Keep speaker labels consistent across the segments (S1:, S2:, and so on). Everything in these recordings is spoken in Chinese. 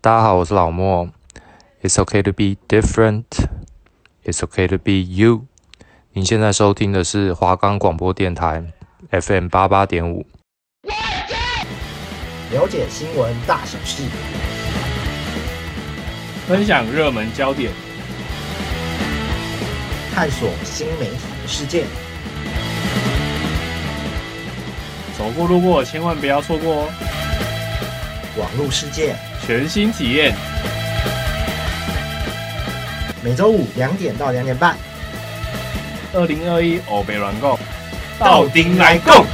S1: 大家好，我是老莫。It's okay to be different. It's okay to be you. 您现在收听的是华冈广播电台 FM 八八点五。
S2: 了解新闻大小事，
S3: 分享热门焦点，
S2: 探索新媒体的世界。
S3: 走过路过千万不要错过哦！
S2: 网络世界，
S3: 全新体验，
S2: 每周五两点到两点半，
S3: 二零二一欧北软购，
S2: 到
S3: 顶来购。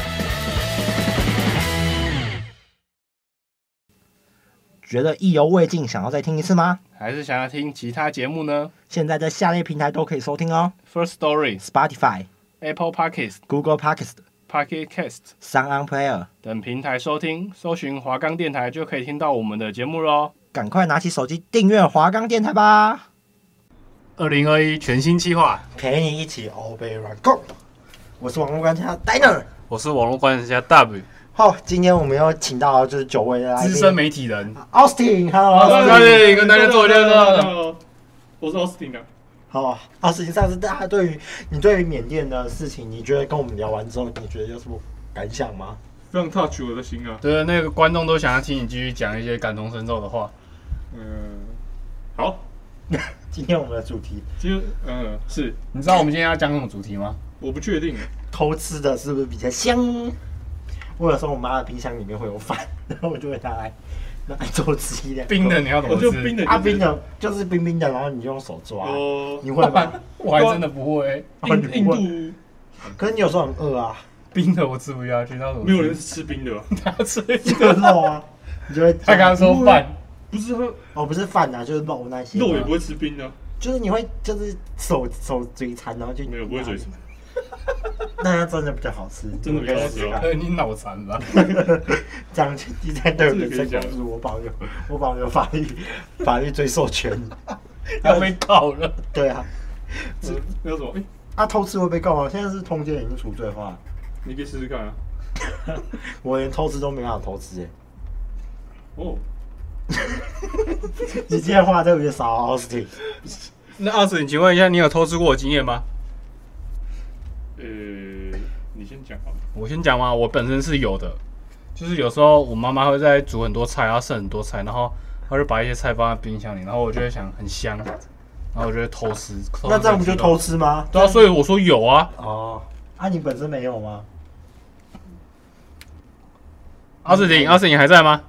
S2: 觉得意犹未尽，想要再听一次吗？
S3: 还是想要听其他节目呢
S2: 现在在下列平台都可以收听哦
S3: ？First Story、
S2: ：Spotify、
S3: Apple Podcast、
S2: Google Podcast、
S3: Pocket Cast
S2: Sound On Player。
S3: 等平台收听，搜寻华冈电台就可以听到我们的节目喽。
S2: 赶快拿起手机订阅华冈电台吧，
S3: 二零二一全新计划，
S2: 陪你一起欧贝软购。我是网络专家 Diner。
S3: 我是网络观察家 W，
S2: 好，今天我们又请到就是久违的来宾
S3: 媒体人。
S2: Austin，Hello，
S3: 跟大家做一下
S4: 我是 Austin 啊，
S2: 好，奥斯汀，上次大家对于你对于缅甸的事情，你觉得跟我们聊完之后，你觉得有什么感想吗？
S4: 非常 touch 我的心啊。
S3: 对，那个观众都想要听你继续讲一些感同身受的话。
S4: 嗯，好，
S2: 今天我们的主题
S4: 今天嗯是
S3: 你知道我们今天要讲什么主题吗？
S4: 我不确定，啊
S2: 偷吃的是不是比较香？我有时候我妈的冰箱里面会有饭，然后我就会拿来拿来偷吃一点。
S3: 冰的你要怎
S4: 我
S3: 么
S4: 就
S3: 吃？哦
S4: 冰的
S2: 啊，冰，的，就是冰冰的，然后你就用手抓，
S4: 我
S2: 你会吗？
S3: 我还真的啊不会。
S2: 哦
S4: 印
S2: 你
S4: 印
S2: 不会
S4: 度
S2: 可是你有时候很饿啊，
S3: 冰的我吃不下去，那种
S4: 没有人是吃冰的啊吧，
S3: 他吃。
S2: 就是肉啊，你就会
S3: 他刚刚说饭，
S4: 不是喝
S2: 哦，不是饭啊，就是肉那些啊，
S4: 肉也不会吃冰的，
S2: 就是你会就是手手嘴馋，然后就
S4: 没有不会嘴馋，
S2: 那它真的比较好吃，
S4: 真的比较好吃啊
S3: 可能你脑残吧？
S2: 这样第三对我的成功是我保留，我保留法律法律追溯权。
S3: 要被告了。
S2: 对啊，
S4: 这那叫什么？哎，
S2: 啊偷吃会被告啊，现在是通奸已经除罪化，
S4: 你可以试试看啊。
S2: 我连偷吃都没办法偷吃 哎、
S4: 哦，
S2: 你今天话特别少啊，Austin，
S3: 那二十，你请问一下，你有偷吃过我经验吗？
S4: 呃，你先讲好了。
S3: 我先讲嘛，我本身是有的，就是有时候我妈妈会在煮很多菜，然后剩很多菜，然后她就把一些菜放在冰箱里，然后我就会想很香，然后我就会偷吃。偷吃
S2: 那这样不就偷？吃吗？
S3: 对啊，所以我说有啊。
S2: 哦，啊你本身没有吗？
S3: 二十
S2: 嗯
S3: 零，二十你还在吗？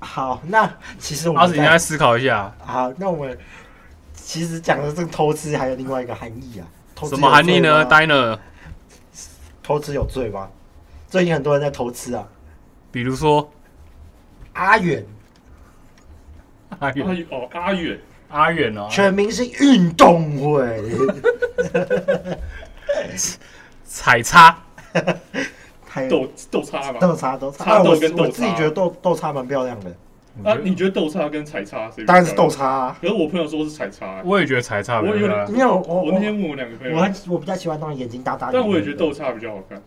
S2: 好，那其实我
S3: 二
S2: 们
S3: 十，你再思考一下，
S2: 好，那我们其实讲的这个偷吃还有另外一个含义啊，偷吃
S3: 什么含义
S2: 有啊
S3: 呢
S2: 罪吗
S3: ？Diner，
S2: 偷吃有罪吗？最近很多人在偷吃啊，
S3: 比如说
S2: 阿远
S3: 阿
S4: 阿
S3: 远，
S4: 远哦，阿远，
S3: 阿远哦，
S2: 全明星运动会，
S3: 踩叉。
S2: 还有
S4: 豆豆叉吧。
S2: 嗯豆沙豆沙，
S4: 叉
S2: 啊
S4: 豆
S2: 我
S4: 跟豆
S2: 我自己
S4: 沙
S2: 觉得豆豆沙蛮漂亮的，
S4: 啊，你觉得豆叉跟彩叉谁？
S2: 当然是豆。叉啊。
S4: 可是我朋友说是彩叉，
S3: 我也觉得踩叉比较
S4: 我有
S3: 漂
S4: 点
S3: 亮。
S2: 没有我
S4: 啊我
S2: 我
S4: 那天问我两个朋
S2: 我
S4: 友
S2: 很，我比较喜欢那种眼睛大大的，
S4: 但我也觉得豆叉比较好看。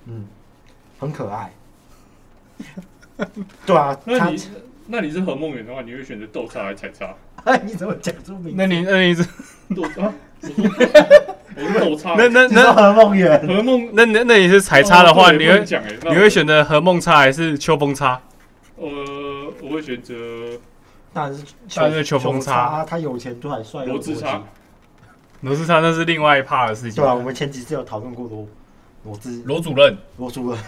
S2: 很可爱。 对啊，
S4: 那
S2: 他
S4: 你那你是何梦远的话，你会选择豆叉还是彩叉？
S2: 哎 你怎么讲出名字？
S3: 那你那你
S4: 豆叉？我 说我是豆叉。
S3: 那那
S2: 你说
S3: 那
S2: 何梦圆
S4: 何梦
S3: 那那那你是踩叉的话，
S4: 哦对
S3: 你
S4: 不能
S3: 会
S4: 讲哎，那
S3: 你会选择何梦叉还是秋风叉？
S4: 呃，我会选择
S2: 当然是
S3: 当然是球风
S2: 叉
S3: 叉
S2: 啊，他有钱就还帅，有
S4: 罗志
S2: 逻辑
S4: 叉。
S3: 罗志昌那是另外一 part 的事情。
S2: 对啊，我们前几次有讨论过罗罗志
S3: 罗主任
S2: 罗主任、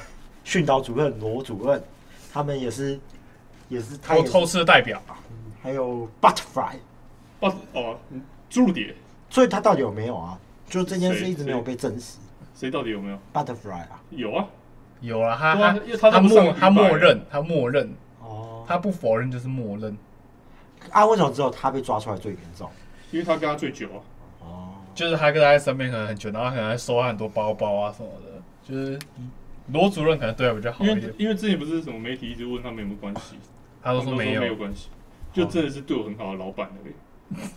S2: 训导主任罗主任，他们也是也是他
S3: 偷
S2: 也是
S3: 偷吃的代表，
S2: 还有 Butterfly，
S4: 哦哦，朱蝶，
S2: 所以他到底有没有啊？就这件事
S4: 谁
S2: 一直没有被证实。
S4: 谁到底有没有？
S2: Butterfly 啊，
S4: 有啊，
S3: 有了他
S4: 对啊
S3: 他
S4: 因为他都不上
S3: 默
S4: 礼拜
S3: 他默认他默认
S2: 哦，
S3: 他不否认就是默认。
S2: 啊，为什么只有他被抓出来最严重？
S4: 因为他跟他最久啊。
S2: 哦，
S3: 就是他跟他在身边可能很久，然后可能还收他很多包包啊什么的。就是罗主任可能对他比较好
S4: 因
S3: 一
S4: 为
S3: 点，
S4: 因为之前不是什么媒体一直问他们有没有关系，
S3: 他
S4: 他
S3: 都
S4: 们
S3: 说
S4: 都
S3: 没
S4: 没有
S3: 有。哦
S4: 关系，就真的是对我很好的老板而已。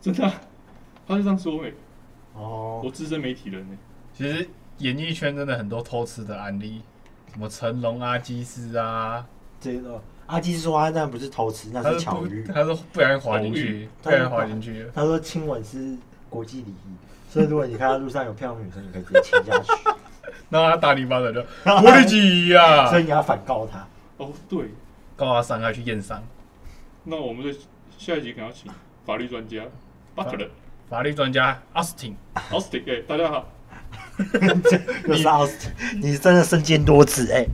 S4: 真的啊，他就这样说哎，
S2: 哦，
S4: 我资深媒体人哎，
S3: 其实演艺圈真的很多偷吃的案例，什么成龙啊、基斯啊，
S2: 这个阿基说他那不是偷吃，那
S3: 他
S2: 是
S3: 是
S2: 巧
S3: 不
S2: 遇，。
S3: 他是不小心滑进
S4: 偶
S3: 去
S4: 遇，
S3: 不小心滑进去了。
S2: 他说亲吻是国际礼仪，所以如果你看到路上有漂亮女生，你可以直接亲 下去。
S3: 然后他打你巴 掌就，我的鸡呀！
S2: 所以你要反告他。
S4: 哦，对，
S3: 告他伤害去验伤。
S4: 那我们的下一集可能要请法律专家巴特勒
S3: 法律专家阿斯汀，
S4: 奥斯汀，哎，大家好，
S2: 又是奥斯汀，你真的身兼多职哎、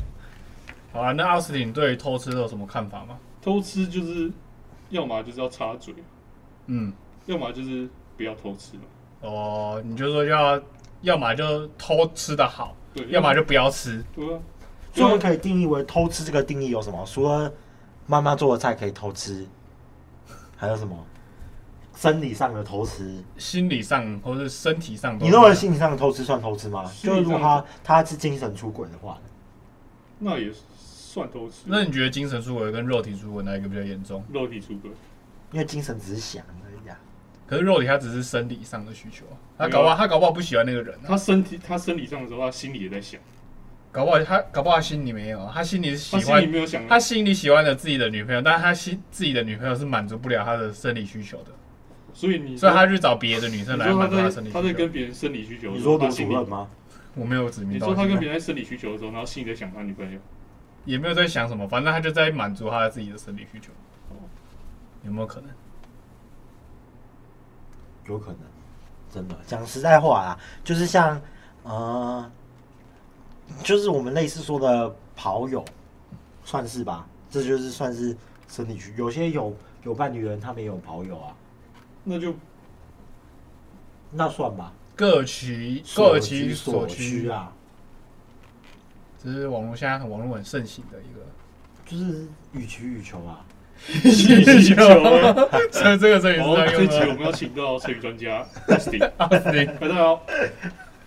S3: 好啊，那阿斯汀对偷吃的有什么看法吗？
S4: 偷吃就是要么就是要插嘴，
S3: 嗯，
S4: 要么就是不要偷吃嘛。
S3: 哦，你就说要，要么就偷吃的好，
S4: 对，
S3: 要么就不要吃。
S4: 对啊，
S2: 所以我们可以定义为偷吃这个定义有什么？除了妈妈做的菜可以偷吃，还有什么？生理上的偷吃，
S3: 心理上或是身体上都
S2: 你
S3: 是，
S2: 认为心理上的偷吃算偷吃吗？
S4: 心理
S2: 就是
S4: 上
S2: 如果他他是精神出轨的话，
S4: 那也算偷吃。
S3: 那你觉得精神出轨跟肉体出轨哪一个比较严重？
S4: 肉体出轨，
S2: 因为精神只是想而已啊。
S3: 可是肉体它只是生理上的需求啊，他
S4: 哎
S3: 搞不好他搞不好不喜欢那个人啊，
S4: 他身体他生理上的时候，他心里也在想，
S3: 搞不好他搞不好他心里没有啊，他心里是
S4: 他
S3: 喜
S4: 心里
S3: 欢
S4: 没有想啊
S3: 他心里喜欢的自己的女朋友，但是他心自己的女朋友是满足不了他的生理需求的，
S4: 所以你
S3: 所以他
S4: 他
S3: 去找别的女生
S4: 你
S3: 来
S4: 说
S3: 满足
S4: 他
S3: 生
S4: 在
S3: 理
S4: 他在
S3: 需
S4: 跟
S3: 求。
S4: 别人生理需求的
S2: 你
S4: 时
S2: 说
S4: 候，
S2: 啊
S4: 他
S2: 卢主
S4: 心里
S2: 任吗？
S3: 我没有指
S4: 你
S3: 名道
S4: 说他
S3: 姓
S4: 跟
S3: 啊，
S4: 别人在生理需求的时候，然后心里在想他啊女朋友，
S3: 也没有在想什么，反正他就在满足他自己的生理需求
S4: 哦，
S3: 有没有可能？
S2: 有可能，真的讲实在话啊，就是像呃，就是我们类似说的跑友，算是吧，这就是算是生理区。有些有有伴侣的人，他们也有跑友啊，
S4: 那就
S2: 那算吧，
S3: 各取
S2: 所
S3: 各
S2: 取
S3: 取
S2: 所
S3: 需
S2: 需，啊，
S3: 这是网络现在很网络很盛行的一个。
S2: 就是予取予求啊。
S4: 心理需求了。
S3: 所以这个这也
S4: 好，这
S3: 是
S4: 集
S3: 在
S4: 我
S3: 用
S4: 们要请到成语专家 Dusty，
S3: 的。
S4: 大家好，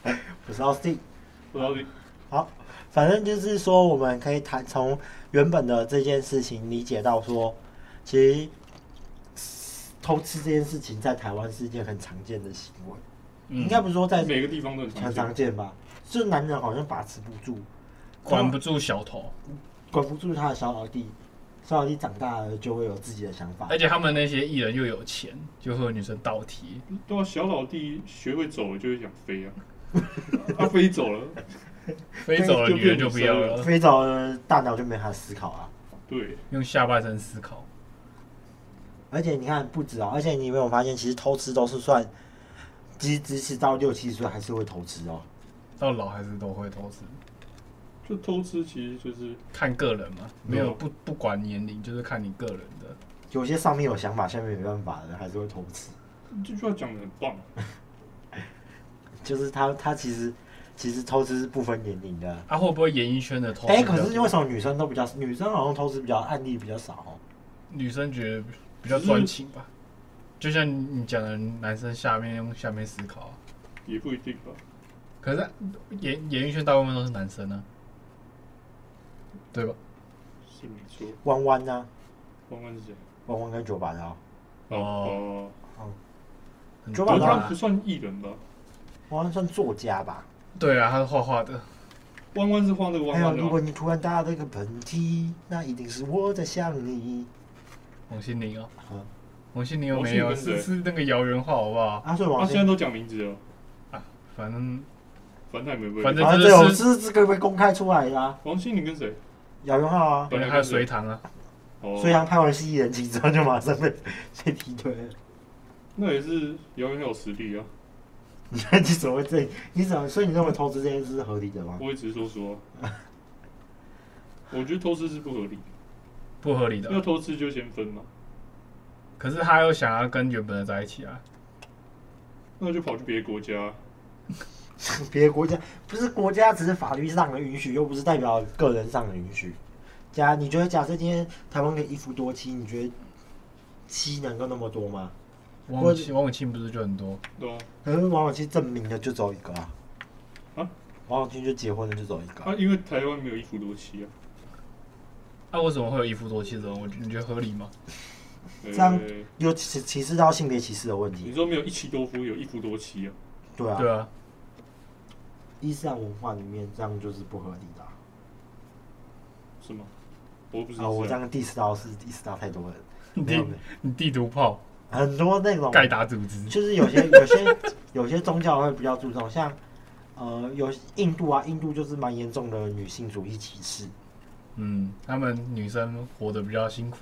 S2: 不啊是奥斯汀，
S4: 我到 底
S2: 好，反正就是说，我们可以谈从原本的这件事情理解到说，其实偷吃这件事情在台湾是一件很常见的行为，
S3: 嗯
S2: 应该不是说在
S4: 每个地方都很
S2: 很
S4: 常
S2: 常
S4: 见，
S2: 见吧？就是男人好像把持不住，
S3: 管不住小头，
S2: 管不住他的小老弟，小老弟长大了就会有自己的想法
S3: 而。且他们那些艺人又有钱，就会有女生倒贴。
S4: 对啊，小老弟学会走了就会想飞啊， 他飞走了，
S3: 飞走了女人就不要了，
S2: 非洲的大脑就没法思考啊！
S4: 对，
S3: 用下半身思考。
S2: 而且你看不止啊，而且你有没有发现，其实偷吃都是算，即即使到六七岁还是会偷吃哦。
S3: 到老还是都会偷吃，
S4: 就偷吃其实就是
S3: 看个人嘛，没有不不管年龄，就是看你个人的。
S2: 有些上面有想法，下面没办法的还是会偷吃。
S4: 这句话讲的很棒，
S2: 就是他他其实其实偷吃是不分年龄的。
S3: 啊，会不会演艺圈的偷吃
S2: 哎、
S3: 比较多？
S2: 可是为什么女生都比较女生好像偷吃比较案例比较少、哦？
S3: 女生觉得比较专情吧？就像你讲的，男生下面用下面思考啊、
S4: 也不一定吧，
S3: 可是演演艺圈大部分都是男生呢、对吧？
S4: 是没错。
S2: 弯弯啊呢？
S4: 弯弯是谁？
S2: 弯弯跟九把刀，
S4: 哦，
S3: 很
S2: 九
S3: 多
S2: 把
S4: 可
S2: 刀
S4: 是
S3: 啊
S4: 他不算艺人吧？
S2: 弯弯算作家吧？
S3: 对啊，他是画画的。
S4: 弯弯是画那个
S2: 还有，
S4: 弯弯的啊
S2: 如
S4: 吗
S2: 果，哎你突然打了个喷嚏，那一定是我在想你。
S3: 王心凌哦
S2: 嗯，
S3: 王心凌又没有，
S4: 王心凌
S3: 是
S4: 跟
S3: 是那个姚元浩，好不好？
S2: 阿顺
S4: 他
S2: 啊王
S4: 现在
S3: 啊
S2: 先，
S4: 都讲名字了，
S3: 反正
S4: 反正他也没被
S3: 反正
S2: 反正
S3: 这
S2: 这
S3: 个
S2: 种
S3: 是
S2: 是这个被公开出来的、啊。
S4: 王心凌跟谁？
S2: 姚元浩啊，
S4: 对
S3: 本来还有隋唐啊，
S4: 哦，
S2: 所以他拍完《蜥蜴人情》之后就马上被被踢退了。
S4: 那也是遥远很有实力啊。
S2: 你看你怎么会这？你怎么？所以你认为投资这件事是合理的吗？
S3: 嗯
S4: 我也只是说说啊，我觉得偷吃是不合理，
S3: 不合理
S2: 啊
S4: 要
S3: 的。
S4: 偷吃就先分嘛，
S3: 可是他又想要跟原本的在一起啊，
S4: 那就跑去别的国家，
S2: 别的国家不是国家，只是法律上的允许，又不是代表个人上的允许。假你觉得假设今天台湾可以一夫多妻，你觉得妻能够那么多吗？
S3: 王永庆王永庆不是就很多？
S4: 对吧、
S2: 可是王永庆证明的就只有一个啊，
S4: 啊
S2: 王永庆就结婚了就只有一个
S4: 啊？
S2: 啊、
S4: 因为台湾没有一夫多妻啊，
S3: 那、啊为什么会有一夫多妻制？我你觉得合理吗？
S4: 呃
S2: 这样有歧歧视到性别歧视的问
S4: 你
S2: 题，
S4: 说没有一妻多夫，有一夫多妻嗯啊？
S2: 对啊，
S3: 对啊，
S2: 伊斯兰文化里面这样就是不合理的啊、
S4: 是吗？我不是
S2: 啊，我这
S4: 样，
S2: 样 diss 到是 diss 到太多了，
S3: 你
S2: 没有
S3: 地
S2: 没有
S3: 你地图炮
S2: 很多那种
S3: 盖达组织，
S2: 就是有些有些有些宗教会比较注重，像呃有印度啊，印度就是蛮严重的女性主义歧视。
S3: 嗯，他们女生活得比较辛苦。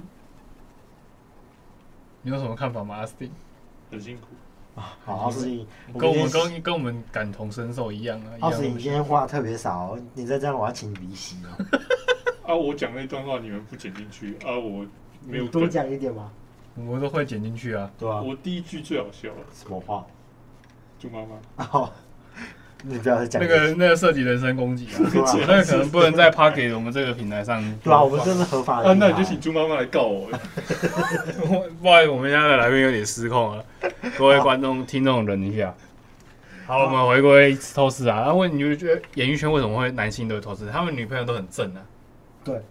S3: 你有什么看法吗，阿斯汀？
S4: 很辛苦。
S2: 好，奥斯汀，我
S3: 跟我们
S2: 今天
S3: 跟跟我们感同身受一样啊，一
S2: 奥斯
S3: 样
S2: 汀
S3: 那么
S2: 今
S3: 辛
S2: 天
S3: 苦。
S2: 话特别少哦，你再这样我要请你离席哦。
S4: 啊，我讲那段话你们不剪进去啊，我没有
S2: 你多
S4: 梗
S2: 讲一点嘛，
S3: 我们都会剪进去啊。
S2: 对吧、
S4: 我第一句最好笑了，
S2: 什么话？
S4: 猪妈妈，
S2: 哦，你不要再讲
S3: 那
S2: 这些
S3: 个那个涉及人身攻击啊，
S2: 对吧？
S3: 那个可能不能在 p a r k 我们这个平台上。
S2: 对啊，我们这是合法的
S3: 呃
S4: 啊，
S2: 平台。
S4: 那你就请猪妈妈来告 我，
S3: 不好意思，我们现在的来宾有点失控了，各位观众、听众忍一下。好，我们回归透视啊。然后问你就觉得演艺圈为什么会男性都会偷吃？他们女朋友都很正啊，
S2: 对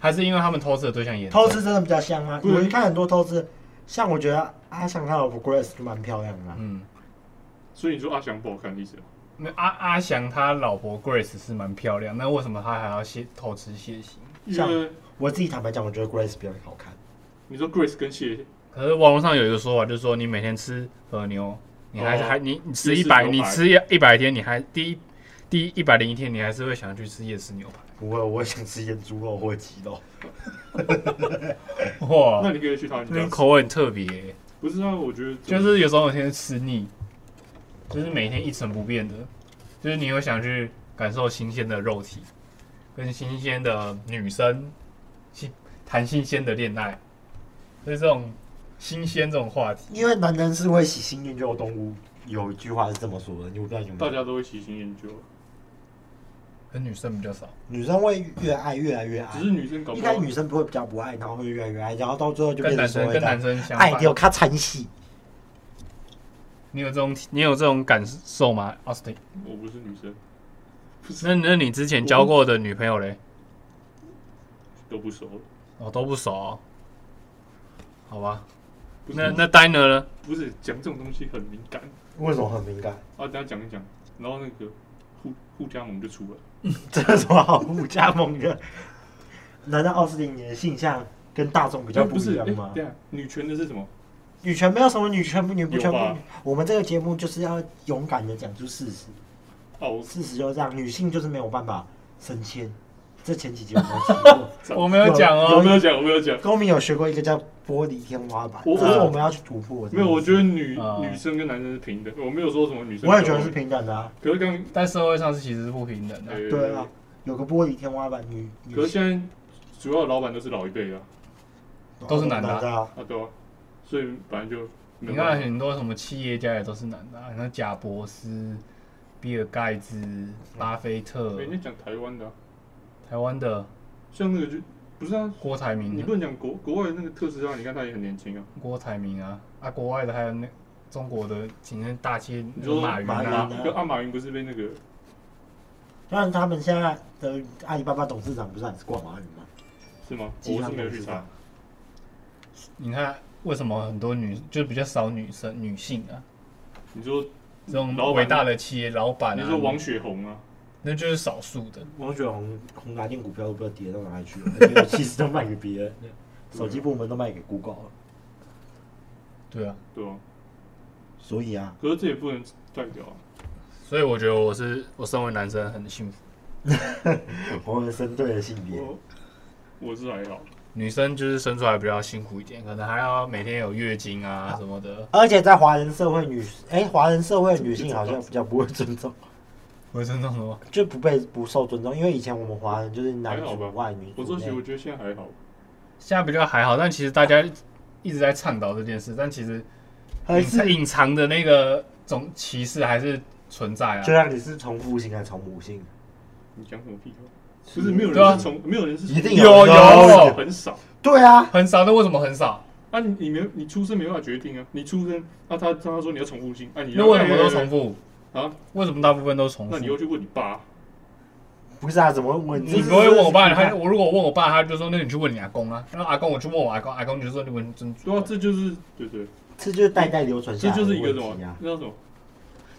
S3: 还是因为他们偷吃的对象也很正
S2: 偷吃，真的比较香啊吗？我看很多偷吃，像我觉得阿翔他老婆 Grace 就蛮漂亮的啊、
S3: 嗯，
S4: 所以你说阿翔不好看的意思啊？
S3: 那阿阿翔他老婆 Grace 是蛮漂亮，那为什么他还要泄偷吃泄心？
S4: 因
S2: 像
S4: 为
S2: 我自己坦白讲，我觉得 Grace 比较好看。
S4: 你说 Grace 跟谢
S3: 可是网络上有一个说法，就是说你每天吃和牛，你还、
S4: 哦
S3: 还你你吃
S4: 夜
S3: 一
S4: 市
S3: 百，
S4: 牛
S3: 你
S4: 排
S3: 吃一百天，你还第一第一百零一天，你还是会想去吃夜市牛排。
S2: 不会，我也想吃腌猪肉或鸡肉。
S3: 哇
S4: 那，你可以去他
S3: 哦那
S4: 们家。
S3: 口味很特别欸、
S4: 不是啊，我觉得
S3: 就是有时候有些吃腻，就是每天一成不变的，就是你会想去感受新鲜的肉体，跟新鲜的女生，新谈新鲜的恋爱，就是这种新鲜这种话题。
S2: 因为男人是会喜新厌旧的动物，有一句话是这么说的，你我不知道你有没
S4: 大
S2: 有？
S4: 家都会喜新厌旧，
S3: 可女生比较少，
S2: 女生会越爱越来越爱
S4: 只，是女生搞
S2: 一
S4: 不
S2: 开
S4: 好
S2: 始哎女生不会比较不爱，然后会越来越爱，然后到最后就变
S3: 跟
S2: 成
S3: 男
S2: 所
S3: 生
S2: 谓
S3: 跟男
S2: 的
S3: 生相
S2: 爱
S3: 反。
S2: 丢咔参戏。
S3: 你有这种你有这种感受吗，Austin？
S4: 我不是女生，不是
S3: 那那你之前交过的女朋友嘞？
S4: 都不熟，
S3: 哦，都不熟哦、好吧。
S4: 不是
S3: 那那 Diner 呢？
S4: 不是讲这种东西很敏感
S2: 为什么很敏感？
S4: 啊，等下讲一讲，然后那个互互加盟就出来，
S2: 这有什么好互加盟的？ 难道奥斯汀你的性向跟大众比较
S4: 啊
S2: 不
S4: 不
S2: 一
S4: 是？哎
S2: 样吗，
S4: 对？啊，女权的是什么？
S2: 女权没有什么女权不女不
S4: 有
S2: 权不
S4: 吧
S2: 女，我们这个节目就是要勇敢的讲出事实，
S4: 哦，
S2: 事实就是这样，女性就是没有办法升迁。这前几集我们有提 过，
S3: 我没有讲
S4: 我
S3: 哦、
S4: 没有讲，我没有讲，
S2: 公民有学过一个叫玻璃天花板，
S4: 我
S2: 这是我们要去突破的。
S4: 没有，我觉得女
S3: 啊
S4: 女生跟男生是平等，我没有说什么女生。
S2: 我也觉得是，平等的、啊，
S4: 可是刚
S3: 但社会上是其实是不平等的。
S4: 呃
S2: 对啊，有个玻璃天花板，女女
S4: 可是现在主要的老板都是老一辈的啊
S3: 都是男的啊
S2: 的啊，
S4: 啊，对啊，所以本来就
S3: 你
S4: 没有
S3: 看
S4: 办法。
S3: 很多什么企业家也都是男的、啊，你看贾伯斯、比尔盖茨、
S4: 嗯
S3: 巴菲特，
S4: 人家讲台湾的啊，
S3: 台湾的
S4: 像那个就不是啊，
S3: 郭台
S2: 嗯
S4: 你
S3: 铭
S4: 不，能讲国国外的那个特斯拉，你看他也很年轻啊，
S3: 郭台铭啊，啊，国外的还有那中国的，请那大企
S4: 你
S3: 业
S4: 说
S3: 马云
S2: 马
S3: 啊
S2: 云，啊
S4: 跟阿马云不是被那个
S2: 虽然他们现在的阿里巴巴董事长不是还是挂马云吗？
S4: 是吗？
S2: 集
S4: 我
S2: 团
S4: 是没有
S2: 董
S4: 去
S2: 事
S4: 查
S2: 长，
S3: 你看为什么很多女就比较少女生女性啊，
S4: 你说
S3: 这种
S4: 老板啊
S3: 伟大的企业老板
S4: 你
S3: 啊，
S4: 说王雪红啊，
S3: 那就是少数的。
S2: 王雪红红蓝电股票都不知道跌到哪里去了， 而且其实都卖给别人，手机部门都卖给 Google 了。
S3: 对啊，
S4: 对啊，
S2: 所以啊，
S4: 可是这也不能代表啊，
S3: 所以我觉得我是我身为男生很幸福，
S2: 我们生对了性别，
S4: 我我是还好，
S3: 女生就是生出来比较辛苦一点，可能还要每天有月经啊什么的。
S2: 而且在华人社会女，哎、华人社会女性好像比较不会尊重，
S3: 我是那种
S2: 就不被不受尊重，因为以前我们华人就是男
S4: 还好吧
S2: 主外女
S4: 我
S2: 主
S4: 说其实我
S2: 内，
S4: 觉得现在还好，
S3: 现在比较还好，但其实大家一直在倡导这件事，但其实
S2: 还
S3: 隐
S2: 是
S3: 藏隐藏的那个种歧视还是存在
S2: 就
S3: 啊。
S2: 像你是从父姓还是从母姓？
S4: 你讲什么屁话？不是没有
S3: 对啊
S4: 人是从没有人是
S2: 一定
S3: 有
S4: 有
S3: 有
S4: 很少
S2: 对啊，
S3: 很少，那为什么很少？
S4: 啊，你你没你出生没办法决定啊，你出生啊他他说你要重复性啊，你
S3: 那为什么都重复？
S4: 啊？
S3: 为什么大部分都重复
S4: 那？你又去问你爸，
S2: 不是啊，怎么问？
S3: 你不会问我爸，他我如果我问我爸，他就说那你去问你阿公啊。然后阿公我去问我阿公，阿公就说你问曾
S4: 对
S3: 祖
S4: 啊，。这就是对对，
S2: 这就是代代流传下
S4: 这
S2: 来的
S4: 就是一个什
S2: 问题
S4: 么
S2: 啊。
S4: 那叫什么？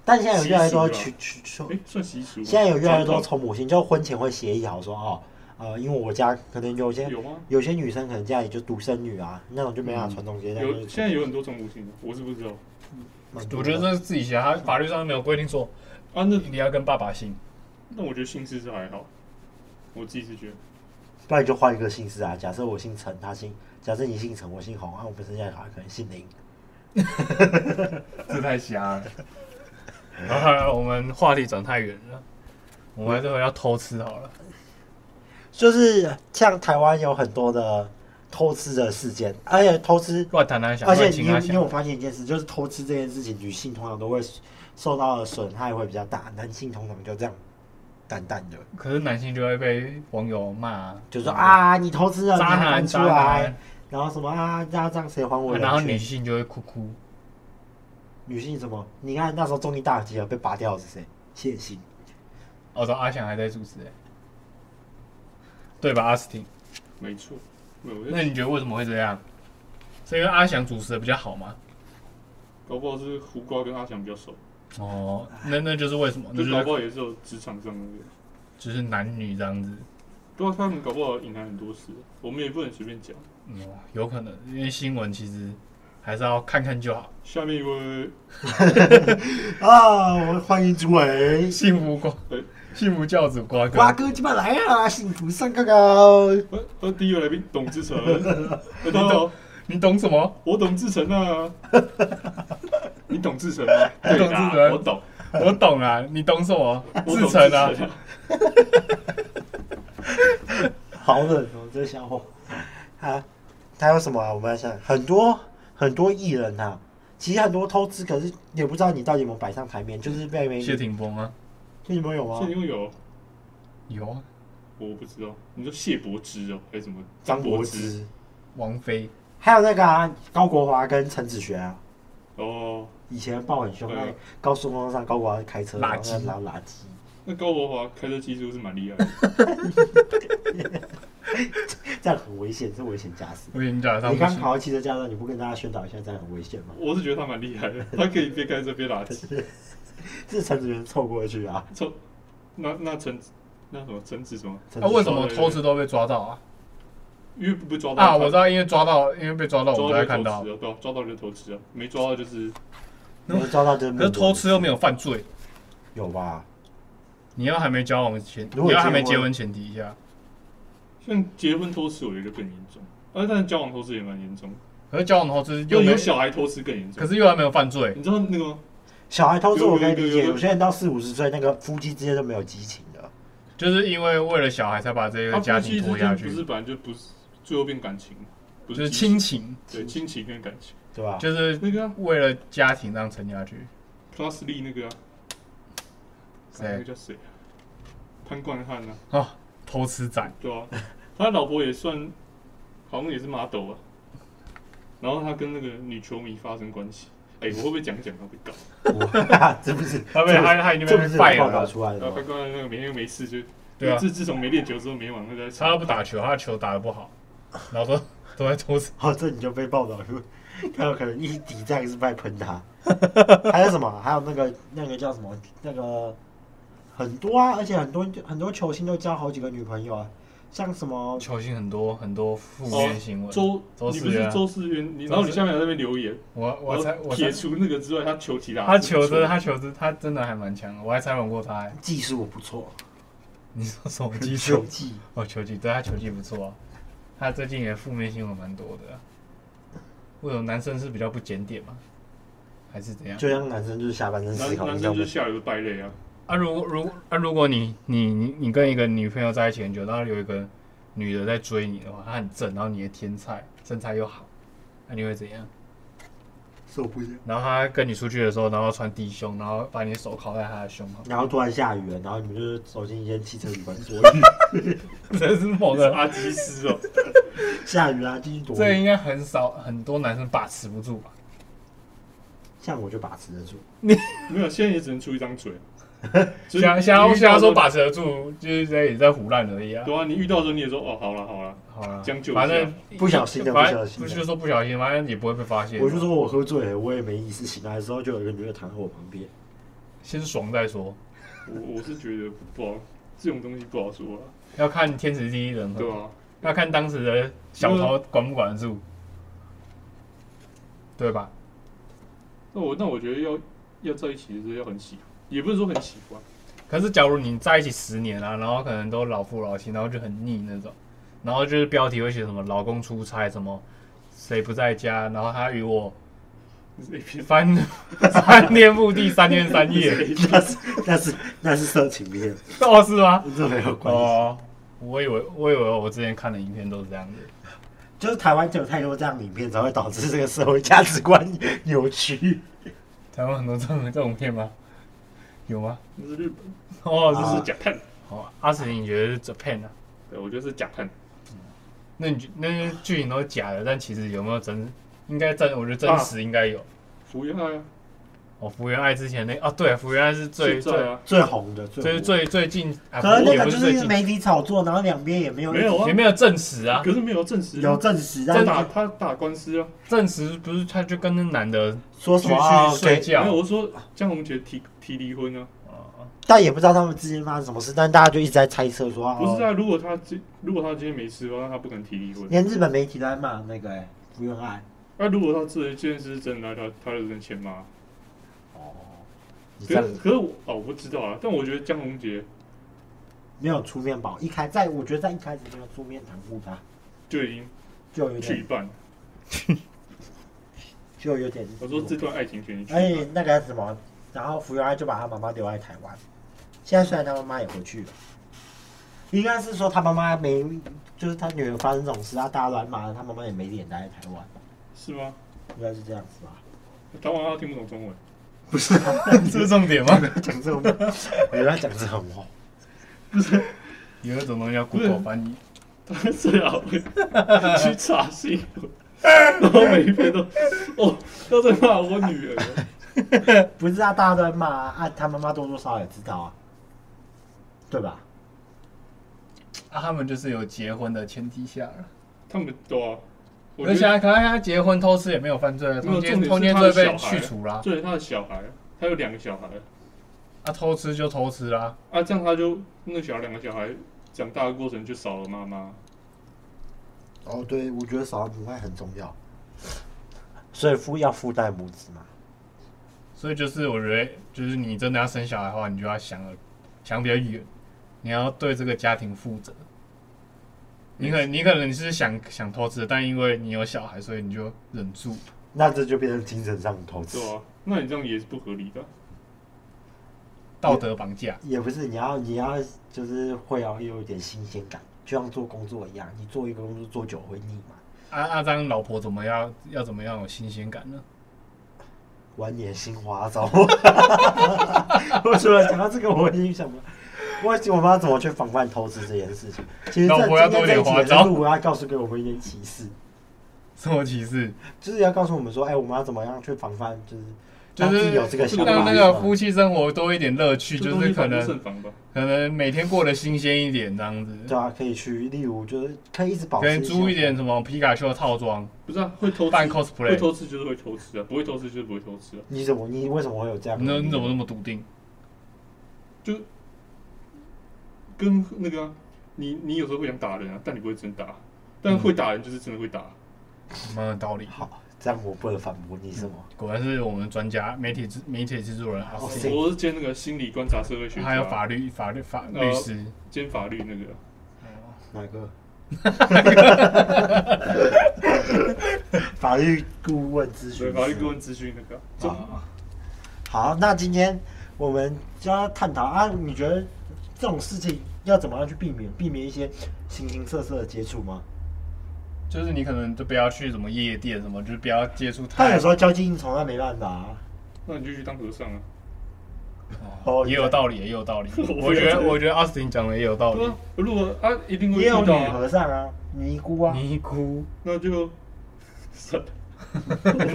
S2: 但现在有越来越多
S4: 习俗啊
S2: 去去去，
S4: 哎，算习俗吗。
S2: 现在有越来越多
S4: 传统
S2: 从母姓，就婚前会协议好说哦，呃，因为我家可能有些
S4: 有吗？
S2: 有些女生可能家里就独生女啊，那种就没办法传宗接代。就
S4: 有
S2: 是
S4: 嗯现在有很多种无性的，我是不知道
S2: 蛮多
S3: 我
S2: 的
S3: 觉得这是自己写的，他法律上没有规定说
S4: 啊。那
S3: 你要跟爸爸姓。
S4: 那我觉得姓氏是还好，我自己是觉得
S2: 不然你就换一个姓氏啊。假设我姓陈，他姓；假设你姓陈，我姓洪，啊，我们生下来小孩可能姓林。
S3: 这太瞎了。然后 我们话题转太远了，我们还是回到偷吃好了。
S2: 就是像台湾有很多的偷吃的事件，而且偷吃，
S3: 乱谈谈想，
S2: 而且
S3: 乱
S2: 你
S3: 亲
S2: 有
S3: 他
S2: 你
S3: 想
S2: 有，发现一件事，就是偷吃这件事情，女性通常都会受到的损害会比较大，男性通常就这样淡淡的，
S3: 可是男性就会被网友骂、
S2: 就说，啊，你偷吃了，
S3: 渣
S2: 你还
S3: 男
S2: 敢出
S3: 渣男
S2: 来，，然后什么啊，那这样谁还我人权？
S3: 然后女性就会哭哭。
S2: 女性什么？你看那时候中医大集合被拔掉的是谁？谢欣。
S3: 哦，到阿翔还在主持、欸，对吧，阿斯汀？
S4: 没错。没有，我觉得
S3: 那你觉得为什么会这样？是因为阿翔主持的比较好吗？
S4: 搞不好是胡瓜跟阿翔比较熟，
S3: 哦，那那就是为什么？那
S4: 就
S3: 就
S4: 搞不
S3: 是
S4: 好也是有职场上的。
S3: 就是男女这样子，
S4: 对啊，他们搞不好隐含很多事，我们也不能随便讲。
S3: 嗯，有可能，因为新闻其实还是要看看就好。
S4: 下面一位，
S2: 啊，我欢迎主委，
S3: 幸福瓜
S4: 对，
S3: 幸福教主瓜
S2: 瓜
S3: 哥，
S2: 哥鸡巴来啊，幸福上高高。
S4: 呃呃，第一位来宾董 志成，呃你懂，
S3: 你懂什 么？
S4: 我懂志 成啊，你懂志成吗？
S3: 你懂
S4: 对
S3: 志
S4: 啦
S3: 成
S4: 我懂，
S3: 我懂啊，你懂什么？
S4: 我
S3: 志
S4: 懂
S3: 成啊，
S4: 成，
S2: 好冷哦，这小伙。啊，还有什么啊？我们来想，很多很多艺人啊，其实很多偷吃，可是也不知道你到底有没有摆上台面，就是被没
S3: 谢
S2: 谢
S3: 霆锋啊，
S2: 霆锋有吗
S4: 谢？霆有，
S3: 有啊，
S4: 我不知道，你说谢柏芝哦，还是什么
S2: 张柏
S4: 芝？
S2: 芝，
S3: 王菲，
S2: 还有那个啊，高国华跟陈子璇啊，
S4: 哦，
S2: 以前爆很凶，
S4: 对
S2: 在高速公路上，高国华开车，
S3: 垃圾
S2: 然后在拉垃圾。
S4: 那高国华开车技术是蛮厉 害的，
S2: 这样很危险，这危险驾驶。
S3: 我已经讲了他
S2: 你
S3: 不
S2: 刚
S3: 行
S2: 考到汽车驾照，你不跟大家宣导一下，这样很危险吗？
S4: 我是觉得他蛮厉害的，他可以边开车边拉鸡，
S2: 是陈子璇凑过去啊？
S4: 从那那陈那什么陈子什么，
S2: 陈
S3: 那
S2: 子
S3: 啊为
S2: 璇
S3: 什么偷吃都被抓到啊？
S4: 因为不不抓到
S3: 啊，
S4: 他
S3: 我知道，因为抓到，因为被抓到，我
S4: 抓
S3: 们
S4: 到
S3: 才
S4: 就
S3: 看
S4: 偷
S3: 到
S4: 吃。啊，对啊，抓到就偷吃啊，没抓到就是
S2: 你们抓到就是
S3: 可是偷吃又没有犯罪，
S2: 有吧？
S3: 你要还没交往前，
S2: 如果
S3: 你要还没
S2: 结
S3: 结
S2: 婚
S3: 婚前提一下。
S4: 像结婚偷吃，我觉得更严重，啊，但交往偷吃也蛮严重，
S3: 可是交往偷吃又
S4: 有
S3: 没
S4: 有，小孩偷吃更严重。
S3: 可是又还没有犯罪，
S4: 你知道那个吗？
S2: 小孩偷吃我可以理
S4: 有有有
S2: 解，
S4: 有
S2: 有些人到四五十岁，那个夫妻之间都没有激情了。
S3: 就是因为为了小孩才把这个
S4: 他
S3: 家
S4: 夫妻
S3: 庭
S4: 之
S3: 拖下
S4: 间不是
S3: 去，
S4: 本来就不是，最后变感情，不
S3: 就是是
S4: 激
S3: 亲情，
S4: 对亲情跟感情。
S2: 对吧？
S3: 就是
S4: 那个啊
S3: 为了家庭这样撑下去。
S4: Plus 力那个啊，那个
S3: 谁
S4: 叫谁啊？潘冠汉啊，
S3: 啊？偷吃仔，
S4: 对啊， 他老婆也算，好像也是麻豆啊。然后他跟那个女球迷发生关系，哎，我会不会讲一讲 他被告？
S2: 我 这不是，
S3: 他被
S2: 这不
S3: 他
S2: 是
S3: 他已经
S2: 这不
S3: 被
S2: 是
S3: 败
S2: 报
S3: 了
S2: 道
S3: 啦，
S2: 出来
S4: 然
S2: 的
S4: 后
S2: 吗
S4: 他？刚才那个每天没事就，
S3: 对啊
S4: 自自从没练球之后，每晚都在吵
S3: 他不打球，他球打得不好，然后都都在偷吃。
S2: 哦，这你就被报道出，还有可能一抵债是在喷他。还有什么？啊还有那个那个叫什么？那个很多啊，而且很多很多球星都交好几个女朋友啊，像什么
S3: 球星很多很多负面新闻，
S4: 哦周，
S3: 周
S4: 你
S3: 四
S4: 不是
S3: 元
S4: 周四元，
S3: 周
S4: 你
S3: 四
S4: 然后你下面还在那边留言，
S3: 我我才我才
S4: 哦撇除啊那个之外，他球其他
S3: 他球真的他球真的他真的还蛮强的，我还采访过他欸。
S2: 技术不错，
S3: 你说什么技
S2: 球
S3: 术？
S2: 技
S3: 哦，球技，对他球技不错啊。他最近也负面新闻蛮多的啊。为什么男生是比较不检点吗？还是怎样？
S2: 就像男生就是下半身思
S4: 男
S2: 考，
S4: 男
S2: 你知道
S4: 生
S2: 吗
S4: 就是？下流的败类啊，
S3: 啊，如果如果啊，如果你你你你跟一个女朋友在一起很久，然后有一个女的在追你的话，她很正，然后你的天菜身材又好，那、你会怎样？
S2: 受不了。
S3: 然后她跟你出去的时候，然后穿低胸，然后把你的手铐在她的 胸口，
S2: 然后突然下雨了，然后你们就是走进一间汽车旅馆躲雨，
S3: 这是某
S4: 是
S3: 个，
S4: 阿基斯哦，
S2: 下雨啦、继续躲
S3: 这
S2: 雨。
S3: 应该很少很多男生把持不住吧？
S2: 像我就把持得住，
S4: 没有，现在也只能出一 张嘴啊。所以
S3: 想想要
S4: 你遇到
S3: 想
S4: 的
S3: 要
S4: 时候
S3: 说把持得住，就是在也在胡乱而已啊。
S4: 对啊，你遇到的时候你也说哦，好了好了，
S3: 好了，
S4: 将就一下
S3: 反正
S2: 不小心的
S3: 反
S2: 不
S3: 正
S2: 小心的
S3: 不是说不小心，反正也不会被发现。啊
S2: 我就说我喝醉了，我也没意思。醒来的时候就有一个女的躺在我旁边，
S3: 先爽再说。
S4: 我我是觉得不好，这种东西不好说啊。
S3: 要看天时地利人和，
S4: 对啊，
S3: 要看当时的小头管不管得住，对吧？
S4: 那我那我觉得要要在一起的时候要很喜欢，也不是说很喜欢，
S3: 可是假如你在一起十年啊，然后可能都老夫老妻，然后就很腻那种，然后就是标题会写什么老公出差，什么谁不在家，然后他与 我
S4: 是 A 片，
S3: 翻三天覆地三天三夜，
S2: 那是那是那是色情片，
S3: 哦是吗？
S2: 跟这没有关系。
S3: 哦，我以为我以为我之前看的影片都是这样子。
S2: 就是台湾就有太多这样的影片，才会导致这个社会价值观扭曲。
S3: 台湾很多这种这种片吗？有吗？
S4: 那是日本，
S3: 哦，
S4: 这
S3: 就是是
S2: 啊
S4: 假探，
S3: 哦，阿史，你觉得是 Japan 啊？
S4: 对我觉得是假探，
S3: 那你觉那些剧情都是假的，但其实有没有真？应该真，我觉得真
S4: 啊
S3: 实应该有。
S4: 福原爱啊，
S3: 哦，福原爱之前那啊，对，福原爱是最
S4: 现
S3: 最
S4: 在啊，
S2: 最红的，最
S3: 最
S2: 红的，
S3: 最最近，啊、
S2: 可是
S3: 不
S2: 那
S3: 也
S2: 个
S3: 不
S2: 就是
S3: 最
S2: 是
S3: 近，
S2: 媒体炒作，然后两边也没有
S4: 没有啊
S3: 也，没有证实啊。
S4: 可是没有证实，
S2: 有证实，
S4: 他
S2: 但
S4: 打
S2: 是
S4: 他打官司啊，
S3: 证实不是他就跟那男的
S2: 说什
S3: 去
S2: 么啊
S3: 去睡
S2: ，OK，
S4: 没有
S3: 觉。
S4: 我说江宏杰提提离婚啊，
S3: 哦
S2: 但也不知道他们之间发生什么事，但大家就一直在猜测说，
S4: 不是
S2: 哦
S4: 啊，如果他今如果他今天没事的话，那他不可能提离婚，
S2: 连日本媒体都在骂那个哎，福原爱。
S4: 那如果他这这件事是真的，那他他就认签吗？
S2: 哦，你
S4: 可
S2: 这
S4: 是可是我哦，我不知道啊，但我觉得江宏杰
S2: 没有出面保，一开在我觉得在一开始没有出面袒护他，
S4: 就已经
S2: 就有
S4: 去一
S2: 点
S4: 半，
S2: 就有点。
S4: 我说这段爱情决定去一
S2: 而
S4: 半，
S2: 哎且那个什么，然后福原爱就把她妈妈留在台湾。现在虽然她妈妈也回去了，应该是说她妈妈没，就是她女儿发生这种事，她大家乱骂，她妈妈也没脸待在台湾，
S4: 是吗？
S2: 应该是这样子吧？
S4: 台湾他听不懂中文，
S2: 不是、啊，
S3: 这是重点吗？
S2: 讲这种，我原来讲这种话，
S3: 有一种东西叫
S4: 不是
S3: Google 翻译，
S4: 他最好会啊去查新 闻，然后每一篇都哦都在骂我女儿，
S2: 不是啊，大家都在骂啊，啊她妈妈多多少少也知道啊，对吧？
S3: 啊，他们就是有结婚的前提下了。
S4: 他们都啊，我
S3: 而且
S4: 觉得
S3: 他可能他结婚偷吃也没有犯罪啊，
S4: 没有
S3: 通奸
S4: 重
S3: 通
S4: 点
S3: 奸
S4: 是他的
S3: 罪被
S4: 小孩
S3: 去除啦，
S4: 对他的小孩，他有两个小孩
S3: 啊，偷吃就偷吃啦，
S4: 啊，这样他就那小两个小孩长大的过程就少了妈妈，
S2: 哦，对，我觉得少了母爱很重要，所以父要父代母子嘛。
S3: 所以就是我觉得，就是你真的要生小孩的话，你就要想得想比较远，你要对这个家庭负责。你
S4: 嗯
S3: 可你可能是想想偷吃，但因为你有小孩，所以你就忍住。
S2: 那这就变成精神上的投资
S4: 对，啊，那你这样也是不合理的啊，
S3: 道德绑架，
S2: 也不是你要你要就是会要有一点新鲜感，就像做工作一样，你做一个工作做久会腻嘛，
S3: 阿阿张老婆怎么啊样要怎么样有新鲜感呢？
S2: 玩点新花招。 我除了讲到这个，我已经想不到，我我们要怎么去防范投资这件事情？其实
S3: 老
S2: 这
S3: 婆要
S2: 今
S3: 多
S2: 天这一
S3: 点
S2: 集也
S3: 花招
S2: 是我要告诉给我们一点启示，
S3: 什么歧视？
S2: 就是要告诉我们说，哎、我们要怎么样去防范，就是
S3: 就
S2: 让自
S3: 是
S2: 己有这个想法，
S3: 让那
S2: 是
S3: 个
S2: 吧
S3: 夫妻生活多一点乐趣，
S4: 这
S3: 就
S4: 东
S3: 是
S4: 西
S3: 可
S4: 防不
S3: 能
S4: 胜防吧，
S3: 可能每天过得新鲜一点这样子。
S2: 对啊，可以去，例如就是可以一直保
S3: 可
S2: 持
S3: 能租一点什么皮卡丘的套装，
S4: 不是啊，会偷
S3: 办
S4: 吃会
S3: cosplay。
S4: 偷吃就是会偷吃啊，不会偷吃就是不会偷吃啊，
S2: 你怎么你为什么会有这样的
S3: 你
S2: 理由？
S3: 你怎么那么笃定？
S4: 跟那个啊、你你有时候会想打人啊，但你不会真打，但
S3: 嗯
S4: 会打人就是真的会打，
S3: 蛮有道理。
S2: 好？这样我不能反驳你什么？
S3: 果然是我们专家，媒体制媒体制作人阿
S2: 哦
S3: C，
S2: 对
S4: 我是兼那个心理观察社会学家，
S3: 嗯还有
S2: 啊
S3: 法律法律法律师。
S4: 兼法律那个啊，
S2: 哪个？法律顾问咨询
S4: 对
S2: 师
S4: 法律顾问咨询那个啊，这
S2: 好好，那今天我们就要探讨啊，你觉得这种事情要怎么样去避免？避免一些形形色色的接触吗？
S3: 就是你可能就不要去什么夜店什么，就是不要接触
S2: 但
S3: 太
S2: 有时候交际应酬那没办法、啊。
S4: 那你就去当和尚啊，
S2: 哦
S3: 也有道理，也有道理
S4: 我不。
S3: 我觉
S4: 觉
S3: 得
S4: 得
S3: 我觉得阿斯汀讲的也有道
S4: 对
S3: 理
S4: 啊。，如果啊一定会
S2: 也有
S4: 遇到
S2: 女
S4: 啊，
S2: 和尚啊，尼姑啊，
S3: 尼姑，
S4: 那就 算 了。我本来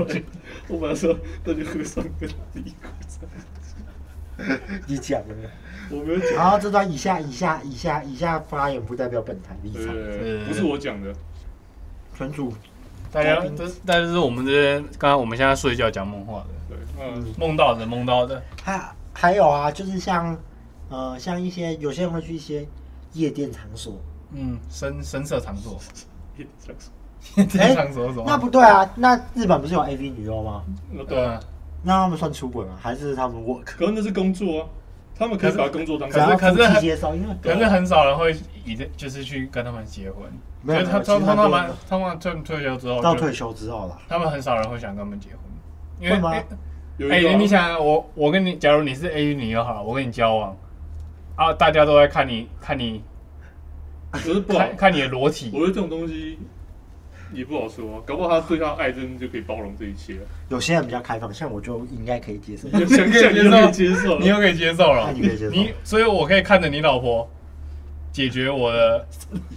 S4: 我本来说那就和尚跟尼姑在一
S2: 你讲的。
S4: 起，我没有 讲，
S2: 好，这段以下以下以下以下发言不代表本台立
S4: 对
S2: 场，
S4: 对
S3: 对
S4: 对，不是我讲的，
S2: 纯属
S3: 大家
S2: 嘉宾
S3: 这但是我们这边刚刚我们现在睡觉讲梦话的，
S4: 对，嗯，
S3: 梦到的梦到的，
S2: 还还有啊，就是像呃，像一些有些人会去一些夜店场所，
S3: 嗯，深深色场所，
S4: 这
S3: 深
S4: 样说
S3: 色场所是什么？
S2: 哎那不对啊！那日本不是有 AV 女优吗？
S4: 那对啊，
S3: 对，
S2: 那他们算出轨吗？还是他们 work？
S4: 可是那是工作啊，他们可以把工作当
S3: 可
S4: 成
S2: 然
S3: 是
S2: 后
S3: 可是
S2: 夫妻介绍，因为啊
S3: 可是很少人会以这就是去跟他们结婚，
S2: 没有
S3: 就是他
S2: 没有
S3: 通
S2: 其实
S3: 通他
S2: 很多
S3: 们他们退退休之后
S2: 到
S3: 就
S2: 退休之后啦，
S3: 他们很少人会想跟他们结婚，因为
S2: 会吗？
S4: 有
S3: 哎、
S4: 一个啊
S3: 你想啊我，我跟你，假如你是 A 女友好了，我跟你交往，啊，大家都在看你，看你，
S4: 啊可是不好
S3: 看，看你的裸
S4: 我
S3: 体，
S4: 觉得这种东西也不好说啊，搞不好他对他的爱真的就可以包容这一切 啊，
S2: 有些人比较开放，像我就应该可以接受。
S4: 想想想就可以接受
S3: 你又可以接受了
S2: 那，你可以接受
S3: 你，所以我可以看着你老婆解决我的，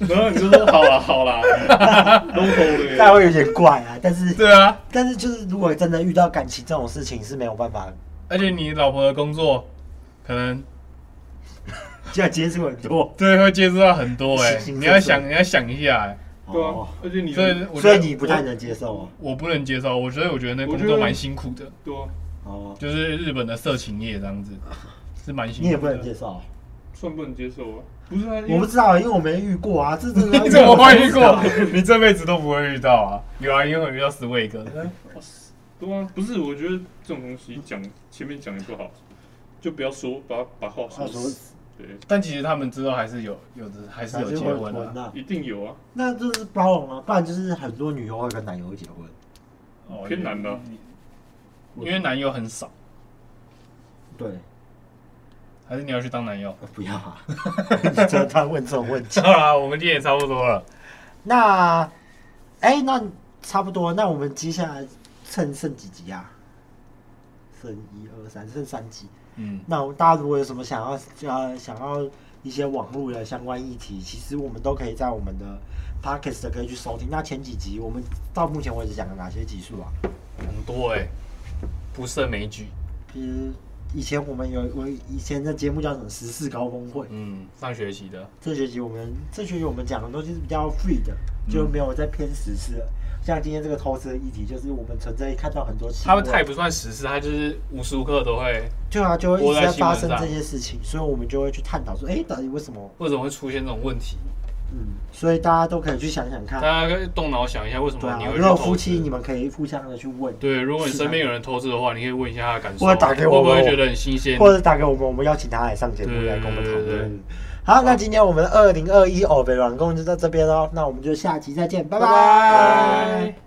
S4: 然后你就 说好啦好啦，都够
S2: 但
S4: 了。
S2: 会有点怪啊，但是
S3: 对啊，
S2: 但是就是如果真的遇到感情这种事情是没有办法
S3: 而且你老婆的工作可能
S2: 要接触很多。
S3: 对会接触到很多哎、
S2: 形形色色
S3: 你要想，你要想一下、哎
S4: 对啊，而且你
S3: 所以
S4: 对
S3: 我觉
S2: 哦所
S3: 得
S2: 以你不太能接受哦。
S3: 我不能接受，我所以我觉得那
S4: 我觉
S3: 工
S4: 得
S3: 作蛮辛苦的，
S4: 啊，
S2: 哦，
S3: 就是日本的色情业这样子，是蛮辛苦的。
S2: 你也不能接受。
S4: 算不能接受啊，不是啊，因
S2: 我不
S4: 为
S2: 知道，因为我没遇过啊，这真的
S3: 你怎么会遇
S2: 遇
S3: 过？ 你这辈子都不会遇到啊！有啊，因为我遇到 Swag，
S4: 对啊，不是，我觉得这种东西讲前面讲也不好，就不要说把把话说
S2: 话 说
S4: 死，
S2: 死
S4: 对，
S3: 但其实他们之后还是有有的，还是有结婚的、
S2: 啊，
S4: 一定有啊，
S2: 那就是包容了，啊不然就是很多女优会跟男优结婚。
S3: 哦
S4: 偏难啊吧，
S3: 因为男友很少，
S2: 对，
S3: 还是你要去当男友？
S2: 不要啊！ 你怎么突然问这种问题？
S3: 好啦，我们今天也差不多了。
S2: 那，哎、那差不多，那我们接下来剩剩几集啊？剩一二三，剩三集。
S3: 嗯，
S2: 那我大家如果有什么想要呃想要一些网络的相关议题，其实我们都可以在我们的 podcast 可以去收听。那前几集我们到目前为止讲了哪些集数啊？
S3: 很多哎、不胜枚举。
S2: 比如以前我们有我以前的节目叫什么“十四高峰会”，
S3: 嗯，上学期的，
S2: 这学期我们这学期我们讲的东西是比较 free 的，
S3: 嗯
S2: 就没有在偏实施了。像今天这个偷吃的议题，就是我们存在看到很多新
S3: 他
S2: 闻，
S3: 们他也不算实事，他就是无时无刻都会，
S2: 对啊，就会一直在发生
S3: 活在新闻
S2: 这
S3: 上
S2: 些事情，所以我们就会去探讨说，哎，到底为什么？
S3: 为什么会出现这种问题？
S2: 嗯，所以大家都可以去想想看
S3: 大。家可以动脑想一下，为什
S2: 啊对
S3: 么
S2: 啊
S3: 你，会去
S2: 如果
S3: 投
S2: 夫
S3: 资
S2: 妻，你们可以互相的去问，
S3: 对，如果你身边有人偷吃的话，你可以问一下他的感受，啊
S2: 或者打给我
S3: 会不
S2: 们
S3: 会觉得很新鲜？
S2: 或者打给我们，我们邀请他来上节目
S3: 对
S2: 来跟我们讨
S3: 对对
S2: 论。好，那今天我们的二零二一欧北软共就到这边喽，那我们就下期再见，拜
S3: 拜拜
S2: 拜。